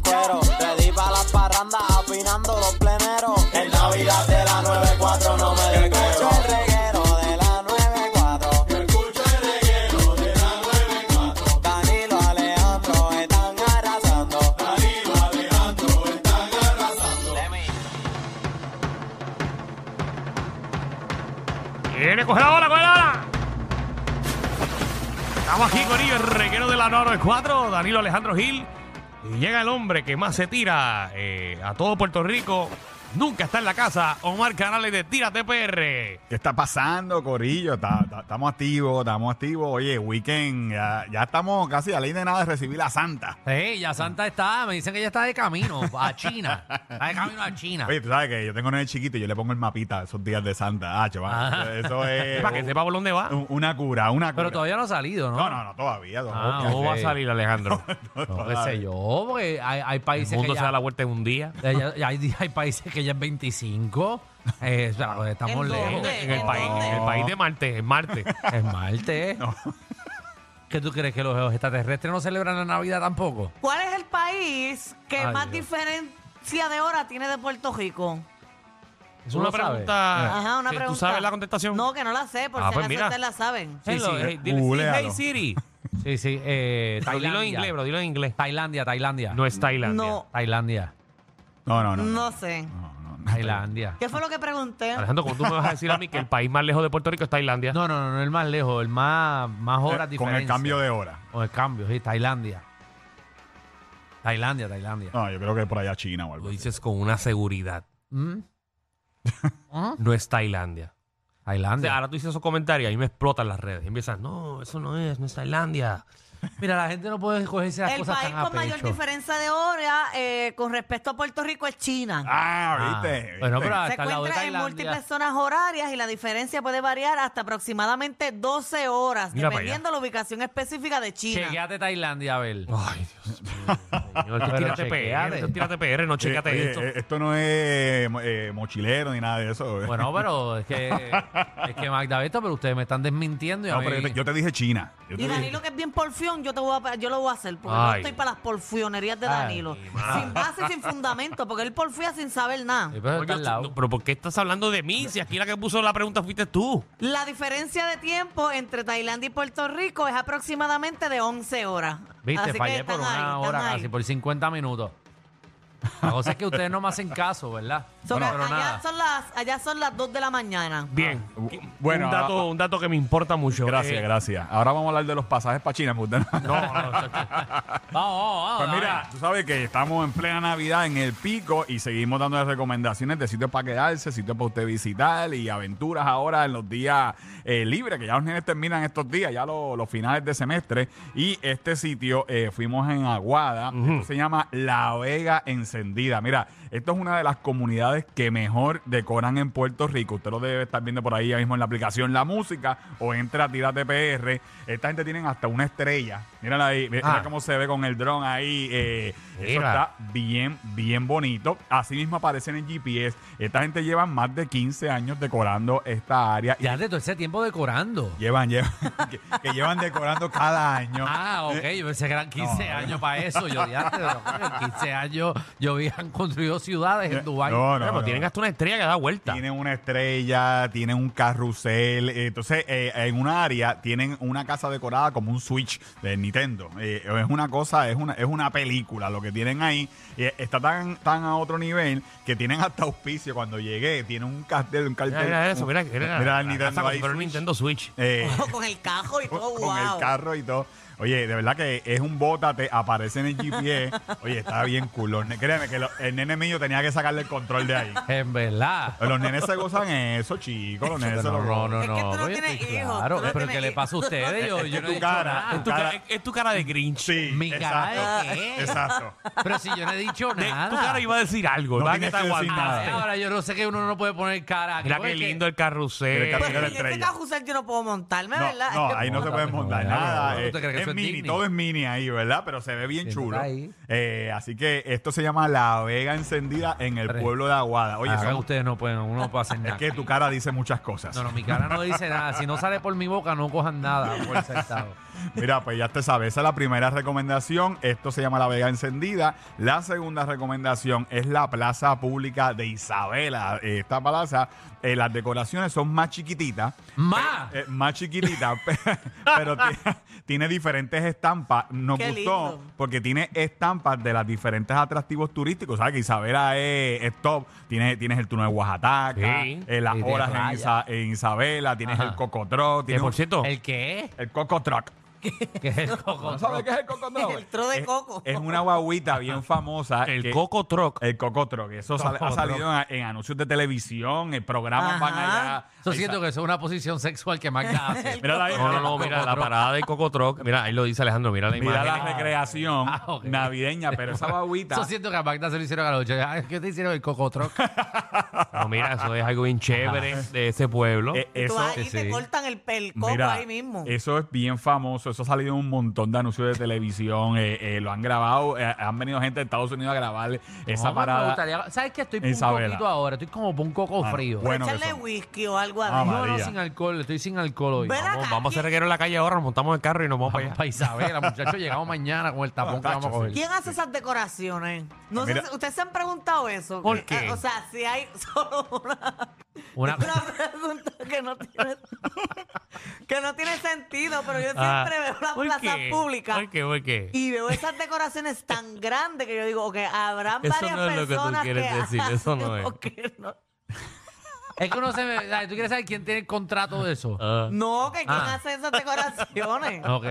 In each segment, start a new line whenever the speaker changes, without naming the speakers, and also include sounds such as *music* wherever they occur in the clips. cuero. Le di pa' las parrandas afinando los pleneros. En Navidad de la 94 no me descuero. el reguero de la 94. Yo escucho el reguero de la 94. Danilo Alejandro están arrasando. Danilo Alejandro están arrasando.
Viene, coge la bola, coge la bola. Estamos aquí con el reguero de la 994, Danilo Alejandro Gil. Y llega el hombre que más se tira eh, a todo Puerto Rico. Nunca está en la casa. Omar Canales de Tira TPR.
¿Qué está pasando, Corillo? Ta- ta- Estamos activos, estamos activos. Oye, weekend, ya, ya estamos casi a ley de nada de recibir a Santa.
Sí, ya Santa está, me dicen que ya está de camino a China.
*laughs*
Está de camino a China.
Oye, tú sabes que yo tengo un nene chiquito y yo le pongo el mapita esos días de Santa. Ah, chaval, eso
*laughs*
es
Para que sepa por dónde va.
un- una cura, una cura.
Pero todavía no ha salido, ¿no?
No, no, no, todavía.
Ah,
todavía.
No va a
ok.
salir, Alejandro.
*laughs* No, qué sé yo, porque hay, hay
El
países
mundo
que
se da
ya,
la vuelta en un día.
ya- ya- ya hay, *laughs* hay países que ya es 25. Eh, o sea, estamos lejos.
En el país, en el país de Marte, en Marte.
*laughs* Es Marte. Este, ¿Qué tú crees que los extraterrestres no celebran la Navidad tampoco?
¿Cuál es el país que
Ay,
más
Dios.
diferencia de hora tiene de Puerto Rico?
Es
¿Tú
una
lo sabes?
pregunta.
Ajá, una
que
pregunta.
Ah, ¿Tú sabes la contestación?
No, que no la sé, por
Ah,
si
pues
acaso
mira.
ustedes la saben.
Sí, sí.
Hello,
Hey,
hey,
dile-
googlealo.
hey, Siri.
Sí, sí. Eh,
Pero dilo en
Tailandia.
inglés, bro. Dilo en inglés.
Tailandia, Tailandia.
No es Tailandia.
No.
Tailandia.
No, no, no.
No sé.
No, no, no.
Tailandia.
¿Qué fue lo que pregunté?
Alejandro, ¿cómo tú me vas a decir a mí que el país más lejos de Puerto Rico es Tailandia?
No, no, no, no el más lejos, el más, más
Eh,
horas
Con el cambio de hora.
Con el cambio, sí, Tailandia. Tailandia, Tailandia.
No, yo creo que por allá China o algo.
Lo
así.
dices con una seguridad.
¿Mm?
No es Tailandia. O sea,
Tailandia.
ahora tú dices esos comentarios y a mí me explotan las redes. Y empiezan, no, eso no es, no es Tailandia.
Mira, la gente no puede escogerse las
El
cosas
país
tan a
con mayor
pecho.
diferencia de hora eh, con respecto a Puerto Rico es China.
Ah,
Ah,
viste.
bueno,
¿Viste?
pero
Se
hasta al lado de
encuentra en
Tailandia.
múltiples zonas horarias y la diferencia puede variar hasta aproximadamente 12 horas,
Mira para
dependiendo de la ubicación específica de China.
Chequeate Tailandia, a ver.
Ay, Dios mío. señor. Tú
Pero
tírate PR,
chequeate.
tú tírate PR, no
Eh,
checate
oye,
esto.
eh, esto no es eh, mochilero ni nada de eso.
Bueno, pero es que, es que Magda Beto, pero ustedes me están desmintiendo y a
no,
mí-
pero yo te dije China. Yo te
Y
dije-
Danilo, que es bien porfión, yo, te voy a, yo lo voy a hacer, porque
Ay.
yo estoy para las porfionerías de
Ay,
Danilo.
mi
sin base y sin fundamento, porque él porfía sin saber nada.
Eh.
Sí, pero
Oye,
está al lado.
no, pero ¿por qué estás hablando de mí? Si aquí la que puso la pregunta fuiste tú.
La diferencia de tiempo entre Tailandia y Puerto Rico es aproximadamente de 11 horas.
Viste,
Así que
fallé
están
por una
ahí, están
hora
ahí.
casi, por 50 minutos. La cosa es que ustedes no me hacen caso, ¿verdad?
Son-
Bueno, pero
allá,
nada.
son las, allá son las 2 de
*laughs*
la mañana.
Bien.
Ah, bueno,
un dato,
ah,
un dato que me importa mucho.
Gracias,
Eh,
gracias. Ahora vamos a hablar de los pasajes para China. porque usted no-
No, no, no, chacho. Vamos, vamos, vamos.
Pues mira, tú sabes que estamos en plena Navidad, en el pico, y seguimos dando recomendaciones de sitios para quedarse, sitios para usted visitar y aventuras ahora en los días eh, libres, que ya los nenes terminan estos días, ya lo- los finales de semestre. Y este sitio eh, fuimos en Aguada, esto se llama La Vega Encendida. Mira, esto es una de las comunidades que mejor decoran en Puerto Rico. Usted lo debe estar viendo por ahí ya mismo en la aplicación La Música o entra a Tira TPR. Esta gente tienen hasta una estrella. Mírala ahí, mira
Ah.
cómo cómo se ve con el dron ahí. eh, eso
Mira.
está bien, bien bonito. Asimismo aparecen en GPS. Esta gente lleva más de 15 años decorando esta área. y
Ya de todo ese tiempo decorando.
llevan, llevan, *laughs* que, que llevan decorando cada año.
Ah, ok,
Eh,
yo pensé que eran 15 años para eso. Yo ya, pero coño, 15 años, yo vi, han construido ciudades en Dubái.
Eh, No,
Mira,
no,
pues
no.
tienen hasta una estrella que da vuelta.
Tienen una estrella, tienen un carrusel. eh, Entonces, eh, en una área tienen una casa decorada como un Switch de Nintendo. Eh, es una cosa, es una, es una película lo que tienen ahí. Eh, está tan, tan a otro nivel que tienen hasta auspicio. Cuando llegué, tienen un cartel, un cartel.
Mira, mira eso,
un-
mira, mira,
mira el
la
Nintendo
casa
ahí,
compró el *laughs*
Switch.
Nintendo Switch.
eh,
Con el cajo y todo,
*laughs* con
Oh, wow.
el carro y todo. Oye, de verdad que es un bótate, aparece en el GPS. Oye, está bien culón. Créeme que lo- el nene mío tenía que sacarle el control de ahí.
En verdad.
Los nenes se gozan eso, chicos. Los nenes se lo
No, no,
gozan.
no.
Es que tú no
oye,
tienes
pues,
hijos,
Claro,
tú no
pero
tienes
¿qué le
hijos.
pasa a ustedes? Yo, yo
Es
no
tu
he dicho
cara,
nada.
Es tu,
Cara-
cara, es tu cara de Grinch.
Sí.
Mi cara
exacto.
de qué. *laughs*
Exacto.
Pero si yo no he dicho
De-
nada.
tu cara iba a decir algo.
No
¿verdad?
tienes
que te
que decir
Ah,
aguantaste.
nada.
Ahora yo no sé que uno no puede poner cara.
Mira
Porque-
qué lindo el carrusel.
El carrusel.
Pues
Mira la
en este
estrella.
carrusel yo no puedo montarme,
No,
¿verdad? *laughs*
no, ahí no se puede
No,
montar
no,
nada.
no,
eh,
¿tú te crees que
es
eso es
mini,
Disney?
todo es mini ahí, ¿verdad? Pero se ve bien
Sí,
chulo.
está ahí.
Eh, así que esto se llama La Vega Encendida en el
Tres.
pueblo de Aguada. Oye,
Ah,
son-
ustedes no pueden, uno no puede hacer
es
nada.
que tu cara dice muchas cosas.
No, no, mi cara no dice nada. Si no sale por mi boca, no cojan nada por sentado.
*laughs* Mira, pues ya te sabes, esa es la primera recomendación. Esto se llama La Vega Encendida. La segunda recomendación es la Plaza Pública de Isabela. Eh, Esta plaza, eh, las decoraciones son más chiquititas.
¡Más!
Eh, más chiquitita, *laughs* pe- pero ti- tiene diferentes estampas. Nos
Qué
gustó
lindo.
porque tiene estampas de los diferentes atractivos turísticos. ¿Sabes que Isabela es, es top? Tienes, tienes el turno de Oaxaca,
Sí.
eh, las
Y de
horas en,
playa.
Isa- en Isabela, tienes
Ajá.
el Cocotrot,
Que
tienes
por
un-
cierto,
¿El qué?
el Cocotrot.
¿Qué es el coco?
¿No Eh, sabes qué es el Cocotrot?
El tro de
Es-
coco.
Es, una guaguita bien famosa.
el
que-
Coco Truck.
El Cocotrot. que Eso sale- ha salido en, en anuncios de televisión, en programas
Ajá.
van allá.
Yo siento que eso es una posición sexual
*laughs*
que Magda hace.
Mira la
No, no, no, mira la parada del Coco Truck. Mira, ahí lo dice Alejandro, mira la
Mira
imagen.
la recreación
Ah, ok.
navideña, pero esa
*laughs*
guaguita.
Yo siento que a Magda se lo hicieron a los ocho. Ay, ¿Qué te hicieron el
*laughs*
cocotroc?
No, mira, eso es algo bien chévere de ese pueblo.
eh,
Y tú
eso,
ahí
sí,
te
sí.
cortan el, el coco
mira,
ahí mismo.
eso es bien famoso. Eso ha salido en un montón de anuncios de televisión. eh, eh, lo han grabado. eh, han venido gente de Estados Unidos a grabar esa
No,
parada.
Me gustaría, ¿Sabes qué? Estoy por un
Isabela.
poquito ahora. Estoy como por un coco
Ah,
frío.
bueno que
Echarle
son.
whisky o algo
Ah,
así.
no, no,
María.
sin alcohol. Estoy sin alcohol hoy.
Ven
vamos,
acá,
vamos a hacer
¿quién-
reguero en la calle ahora, nos montamos en el carro y nos vamos para
Vamos
allá.
para Isabela, muchachos. Llegamos mañana con el tapón que vamos a
Tacho,
coger.
¿Quién hace esas decoraciones? No sé
Mira.
si- ¿Ustedes se han preguntado eso?
Pues ¿Por
Eh,
qué?
O sea, si hay *laughs* solo una,
Una
una pregunta que
*laughs*
no tiene que no tiene sentido, pero yo siempre
Ah,
veo las
¿por
plazas
qué?
públicas
¿Por qué? ¿Por qué?
y veo esas decoraciones tan grandes que yo digo, ok, habrán
Eso
varias
no es lo que tú
personas
quieres decir, eso no
*laughs*
es.
que no,
Es que uno se me. ay, ¿Tú quieres saber quién tiene el contrato de eso?
Ah.
no, que quién
Ah.
hace
*laughs*
esas decoraciones.
Ok.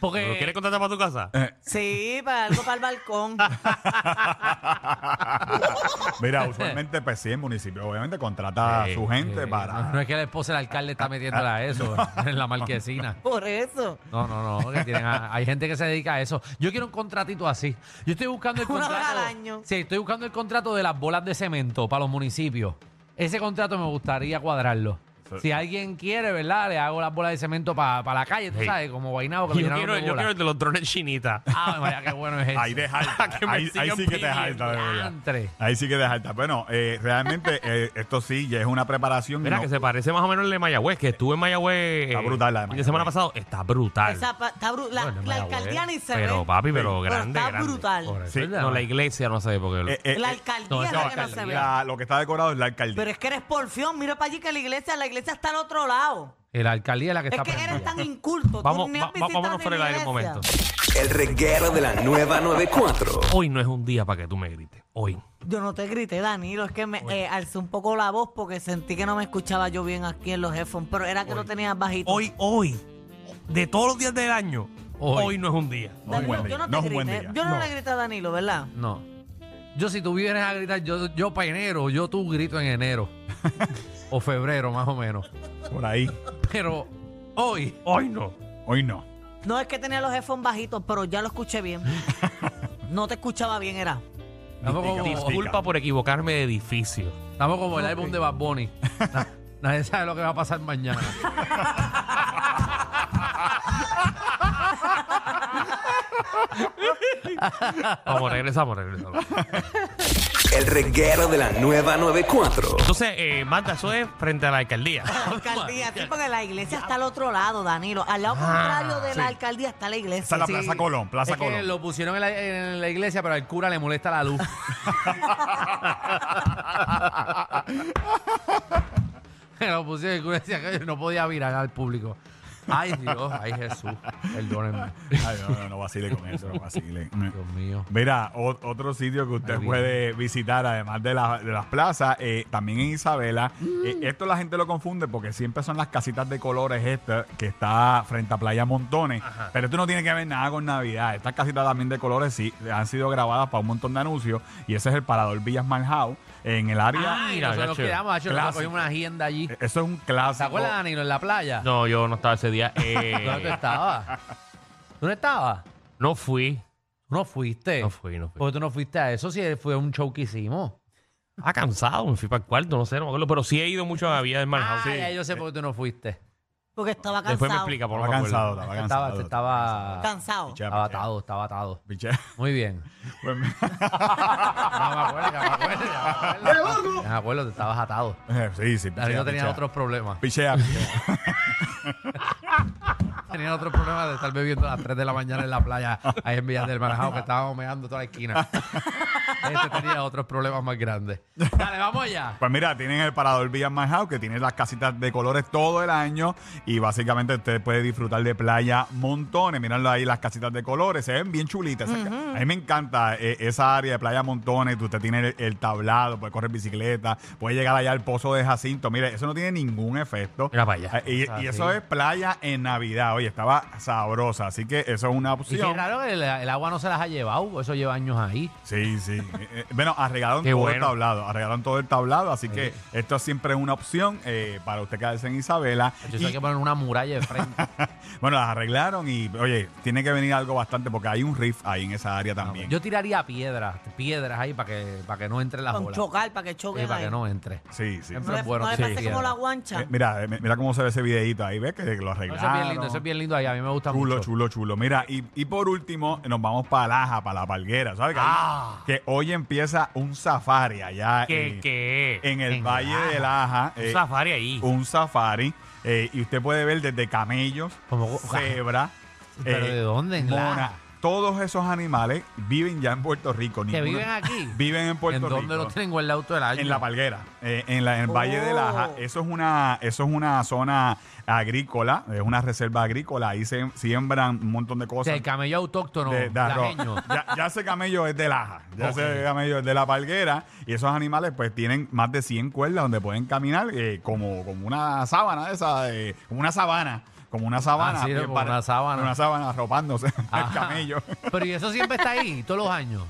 Porque.
¿Lo quieres contratar para tu casa?
Sí, para algo para
*laughs*
el balcón.
*laughs* Mira, usualmente pues, sí, el municipio obviamente contrata
Sí,
a su gente
Eh,
para...
No, no es que la esposa del alcalde está metiéndola a eso en la marquesina.
Por eso.
No, no, no. que tienen a- hay gente que se dedica a eso. Yo quiero un contratito así. Yo estoy buscando
*laughs*
el
Una vez
contrato.
al año.
Sí, estoy buscando el contrato de las bolas de cemento para los municipios. Ese contrato me gustaría cuadrarlo.
Eso-
Si alguien quiere, ¿verdad? Le hago las bolas de cemento para la calle, tú
Sí.
sabes, como vainado que
Yo
lo llenaron
quiero,
de
yo
bolas.
quiero el de los drones chinitas.
Ah, María, qué bueno
*laughs*
es eso. Ah,
Ahí te
*laughs*
jalta.
Que me
ahí, ahí
sigan
sí que te
pidiendo,
jalta, de verdad.
diantre.
Ahí sí que te jalta. Bueno, eh,
*laughs*
realmente eh, esto sí ya es una preparación. y
Mira,
no-
que se parece más o menos al de Mayagüez, que estuve en Mayagüez.
Está
eh,
brutal la de
fin de semana
Mayagüez.
pasado está brutal.
Esa pa- está bru- la,
Bueno,
la
Mayagüez,
alcaldía ni se
pero,
ve.
papi, pero
Pero
grande,
está
grande.
brutal.
Por eso
Sí.
es la-
No, la iglesia no sé porque...
eh, eh,
La
eh,
alcaldía
no,
es
esa
la
es
que no se ve.
la- lo que está decorado es la alcaldía.
Pero es que eres porfión. Mira para allí que la iglesia, la iglesia está al otro lado.
La alcaldía es la que
Es
está
que eres
prendida.
tan inculto.
Vamos,
Tú ni has
va- va- vámonos
visitado
fuera
ni
del aire un
iglesia.
momento.
El reguero de la nueva 94.
Hoy no es un día para que tú me grites. Hoy.
Yo no te grité, Danilo. Es que me eh, alcé un poco la voz porque sentí que no me escuchaba yo bien aquí en los headphones. Pero era que lo tenías bajito.
Hoy, hoy. De todos los días del año, hoy,
Hoy.
no es un día.
No es un
Danilo,
buen día,
yo no
no es
te
un buen
grité.
día.
Yo no,
No.
le grité a Danilo, ¿verdad?
No. Yo, si tú vienes a gritar, yo, yo para enero, yo tú grito
*laughs*
en enero. o febrero, más o menos.
Por ahí.
Pero hoy.
Hoy no.
Hoy no.
No es que tenía los headphones bajitos, pero ya lo escuché bien. no te escuchaba bien, era.
Estamos
Distinto.
como,
Disculpa por equivocarme de edificio.
estamos como el álbum de Bad *laughs* Bunny. Na- nadie sabe lo que va a pasar mañana.
Vamos, regresamos, regresamos.
El reguero de la nueva 94.
Entonces, eh, Magda, eso es frente a la alcaldía.
alcaldía, sí, porque la iglesia está al otro lado, Danilo. Al lado contrario de la alcaldía está la iglesia.
Esa es la Plaza Colón, Plaza
es que
Colón.
lo pusieron en la, en la iglesia, pero al cura le molesta la *laughs* luz. lo pusieron, el cura decía que no podía virar al público. Ay, Dios, ay, Jesús. Perdónenme.
Ay, no, no, no vacile con eso, no vacile.
*laughs* Dios mío.
Mira, o- otro sitio que usted
Ay, bien.
puede visitar, además de, la- de las plazas, eh, también en Isabela.
Mm.
Eh, esto la gente lo confunde porque siempre son las casitas de colores estas que está frente a Playa Montones. Pero esto no tiene que ver nada con Navidad. Estas casitas también de colores sí han sido grabadas para un montón de anuncios. Y ese es el Parador Villas Marjao en el área.
Ay,
mira,
nosotros
gacho.
quedamos, gacho, nosotros
Clásico.
cogimos una agenda allí.
Eh, Eso es un
¿Se
clásico.
acuerdan, Danilo, en la playa?
*laughs* No, yo *laughs* no estaba ese día. Eh,
¿Dónde estabas? ¿Dónde estabas?
no fui.
No fuiste.
No fui, no fui.
Porque Pues tú no fuiste a eso, si fue un show que hicimos.
Ah, cansado, me fui para el cuarto, no sé, no me acuerdo. Pero sí he ido mucho a Villa del Marjao.
Ah,
sí.
ya yo sé por qué tú no fuiste.
Porque estaba cansado.
Después me explica, por
Estaba cansado,
favor.
estaba
Estaba,
cansado.
estaba,
Cansado.
Pichea,
estaba
pichea.
atado, estaba atado.
Pichea.
Muy bien.
Pues,
No me acuerdo, no me acuerdo. no me acuerdo. Me acuerdo, te estabas atado.
eh, *laughs* sí, sí.
Danilo
pichea,
tenía
pichea.
otros problemas.
Pichea, pichea.
Tenía otros problemas de estar bebiendo a las 3 de la mañana en la playa, ahí en Villas del Marajao, que estaba meando toda la esquina. Este tenía otros problemas más grandes. Dale, vamos allá.
Pues mira, tienen el Parador Villas Marjao, que tiene las casitas de colores todo el año y básicamente usted puede disfrutar de playa montones. Mirenlo ahí las casitas de colores, se ven bien chulitas. esas ca- A mí me encanta eh, esa área de playa montones, que usted tiene el, el tablado, puede correr bicicleta, puede llegar allá al pozo de Jacinto. Mire, eso no tiene ningún efecto.
Mira para allá. Ah,
Eh, Y, y eso es playa en Navidad. Oye, estaba sabrosa, así que eso es una
Y qué
opción.
raro que el, el agua no se las ha llevado, eso lleva años ahí.
Sí, sí. Eh, eh, bueno, arreglaron
Qué
todo el
bueno.
tablado, arreglaron todo el tablado, así que esto siempre es una opción eh, para usted quedarse en Isabela.
Yo sé
Y,
que poner una muralla de frente.
*laughs* Bueno, las arreglaron y, oye, tiene que venir algo bastante porque hay un riff ahí en esa área también.
Ah, Yo tiraría piedras, piedras ahí para que, para que no entre las
Con
bolas.
chocar, para que choque.
Sí, para que no entre.
Sí, sí.
En
No le,
Bueno,
no le
sí,
pase
sí,
como
era.
la guancha.
Eh, mira, eh, mira cómo se ve ese videito ahí, ves que lo
No,
arreglaron.
Eso es bien lindo, eso es bien lindo ahí, a mí me gusta
Chulo,
mucho.
chulo, chulo. Mira, y, y por último, nos vamos para Laja, para la Palguera, ¿sabes? Que, ahí-
Ah.
que hoy empieza un safari allá
¿Qué,
en,
qué?
en el
En
Valle de Laja.
Un
eh,
safari ahí.
un safari eh, y usted puede ver desde camellos,
Como-
cebra,
*laughs*
eh,
¿Pero de dónde? ¿En
mona.
Laja?
Todos esos animales viven ya en Puerto Rico.
Que
ninguno-
viven aquí.
Viven en Puerto
¿En
Rico.
dónde los tengo? En el auto del año.
En la Palguera, eh, en, la, en el
Oh.
Valle de Laja. Eso es una, eso es una zona agrícola, es una reserva agrícola. Ahí se siembran un montón de
O sea,
cosas.
el camello autóctono
de- de arroz.
lajeño.
*laughs* Ya, ya ese camello es de Laja, ya
Ok.
ese camello es de la palguera y esos animales pues tienen más de 100 cuerdas donde pueden caminar eh, como, como una sábana de esa, de- como una sabana, como una sabana.
Ah, sí,
bien
como
pare-
una sábana.
Una sábana arropándose el
Ajá.
camello.
Pero y eso siempre está ahí, todos los años.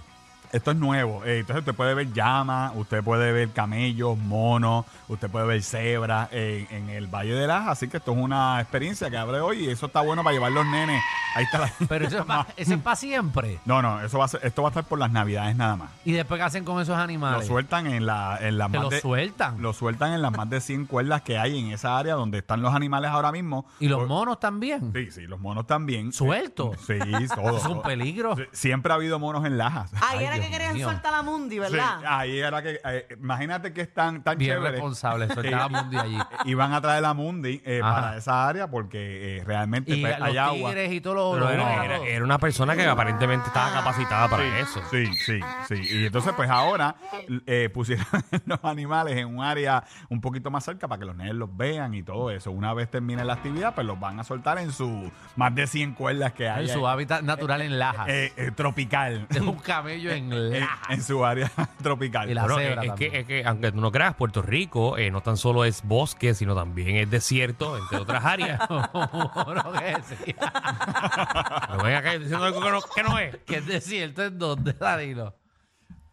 Esto es nuevo. eh, entonces usted puede ver llamas, usted puede ver camellos, monos, usted puede ver cebras en, en el Valle de Laja. Así que esto es una experiencia que abre hoy y eso está bueno para llevar los nenes. Ahí está la... *laughs*
Pero eso es para siempre.
No, no, eso va a ser- esto va a estar por las navidades nada más.
¿Y después qué hacen con esos
Lo
animales?
sueltan en la en las
que
más
los
de-
sueltan.
lo sueltan en las más de 100 cuerdas que hay en esa área donde están los animales ahora mismo.
Y los
Pues-
monos también.
Sí, sí, los monos también.
Sueltos.
Sí, todo.
Eso *laughs* es un peligro.
Sí, Siempre ha habido monos en lajas.
Ahí
Ay,
era
Dios
que querían
mío. ah,
soltar la mundi,
Sí,
Ah, ¿verdad?
ahí era que eh, imagínate que están tan
Bien
chéveres.
responsable,
*laughs*
soltaba Mundi allí.
Iban a traer la Mundi eh,
Ajá.
para esa área porque eh, realmente
Y
pues,
los
hay agua.
tigres y todos los...
Pero
los-
era, era- era una persona que aparentemente
Ah.
estaba capacitada para eso.
Sí, sí, sí. Y entonces, pues ahora eh, pusieron *laughs* los animales en un área un poquito más cerca para que los nenes los vean y todo eso. Una vez termine la actividad, pues los van a soltar en su más de 100 cuerdas que hay.
En su hábitat natural en Lajas.
eh, eh,
*laughs*
tropical. *laughs*
Es un camello en
Eh,
Lajas.
en su área *laughs* tropical.
Y la-
Bueno,
cebra
es, es que,
también.
es que, aunque tú no creas, Puerto Rico eh, no tan solo es bosque, sino también es desierto, entre otras áreas.
*laughs* Bueno, que sí. *laughs*
no venga acá diciendo algo que no, que no es.
¿Qué es desierto en dónde, Danilo?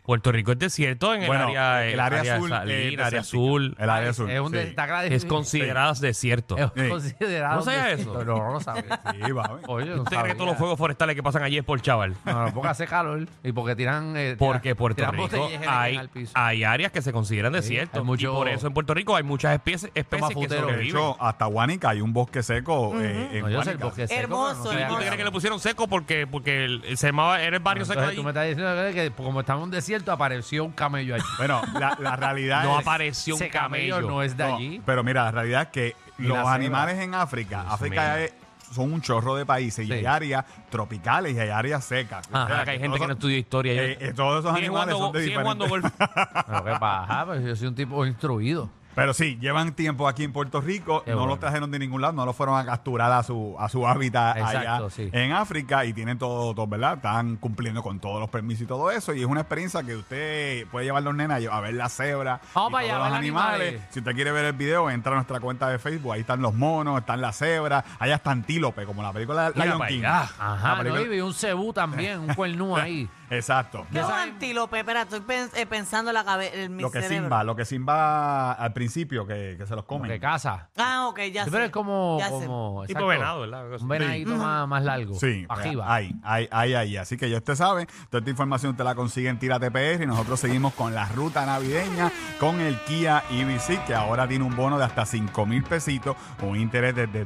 Puerto Rico es desierto en
Bueno,
el área,
el área azul,
de Salinas,
eh,
área
desértica.
azul.
El área
Ay,
azul.
Es un
sí.
está claro-
Es considerado desierto.
*laughs* es
Sí.
considerado...
¿No sabía
desierto.
eso?
No, no lo sabía.
Sí,
*laughs*
va, eh.
Oye, no
¿Usted cree que
sabía.
todos los fuegos forestales que pasan allí es por chaval?
No, no, porque hace calor y porque tiran. eh,
Porque
tiran-
Puerto
tiran
Rico
botellas
hay,
al piso.
hay áreas que se consideran
hay
desiertos.
mucho-
Y por eso en Puerto Rico hay muchas especies, especies que
futero.
De
sobreviven.
hecho, hasta Huánica hay un bosque seco eh, en
No, yo sé el
Guánica.
bosque seco,
Hermoso,
pero no sé
¿Tú
hermoso.
la-
crees que le pusieron seco porque, porque el- se llamaba, era el barrio seco
Entonces,
allí?
tú me estás diciendo que como estamos en un desierto apareció un camello allí.
Bueno, la,
*laughs*
la realidad
No
es...
apareció un
Ese camello
camello.
no es de
No,
allí.
Pero mira, la realidad es que
Y
los
la cebra.
animales en África,
Dios
África
mío.
es- son un chorro de países y
Sí.
hay áreas tropicales y hay áreas secas.
Ajá, que hay gente que no estudia historia.
Eh, eh, todos esos
Siguen
animales
jugando
son
go-
de
*laughs*
siguen jugando
diferentes.
golf.
Pero qué paja, pues yo soy un tipo instruido.
Pero sí, llevan tiempo aquí en Puerto Rico,
Qué
no
bueno.
los trajeron de ningún lado, no los fueron a capturar a su, a su hábitat
Exacto,
allá
sí.
en África y tienen todo, todo, ¿verdad? Están cumpliendo con todos los permisos y todo eso. Y es una experiencia que usted puede llevar los nenas a ver la cebra,
Vamos
y
para allá,
todos
a ver
los
animales.
animales. Si usted quiere ver el video, entra a nuestra cuenta de Facebook, ahí están los monos, están las cebras, allá está antílope, como la película de
Mira
Lion
para
King.
allá.
La
Ajá, Ah, no,
película-
y vi un cebú también, un
*laughs*
cuernú ahí.
Exacto.
¿Qué es un antílope? Espera, estoy pen- eh, pensando en la cabeza, en mi
Lo que
cerebro.
Simba, lo que Simba al principio, que, que se los comen.
De casa.
Ah, ok, ya
Sí,
sé.
pero es como.
ya sé.
como
Tipo
exacto,
venado, ¿verdad? Algo así.
Un venadito más, más largo.
Sí,
Arriba.
ahí, ahí, ahí, ahí. Así que ya usted sabe, toda esta información te la consigue en Tírate PR y nosotros seguimos con la ruta navideña con el Kia EV6 que ahora tiene un bono de hasta 5 mil pesitos, un interés desde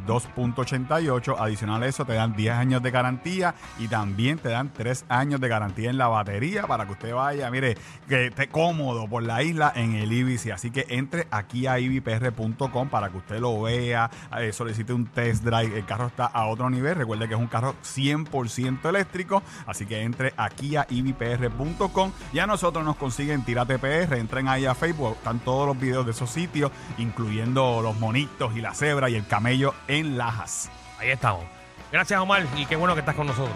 2.88. Adicional a eso, te dan 10 años de garantía y también te dan 3 años de garantía en la batería para que usted vaya, mire, que esté cómodo por la isla en el IBC. Así que entre aquí a ibpr.com para que usted lo vea, eh, solicite un test drive. El carro está a otro nivel. Recuerde que es un carro 100% eléctrico. Así que entre aquí a ibpr.com y a nosotros nos consiguen Tírate PR. Entren ahí a Facebook. Están todos los videos de esos sitios, incluyendo los monitos y la cebra y el camello en Lajas.
Ahí estamos. Gracias, Omar, y qué bueno que estás con nosotros.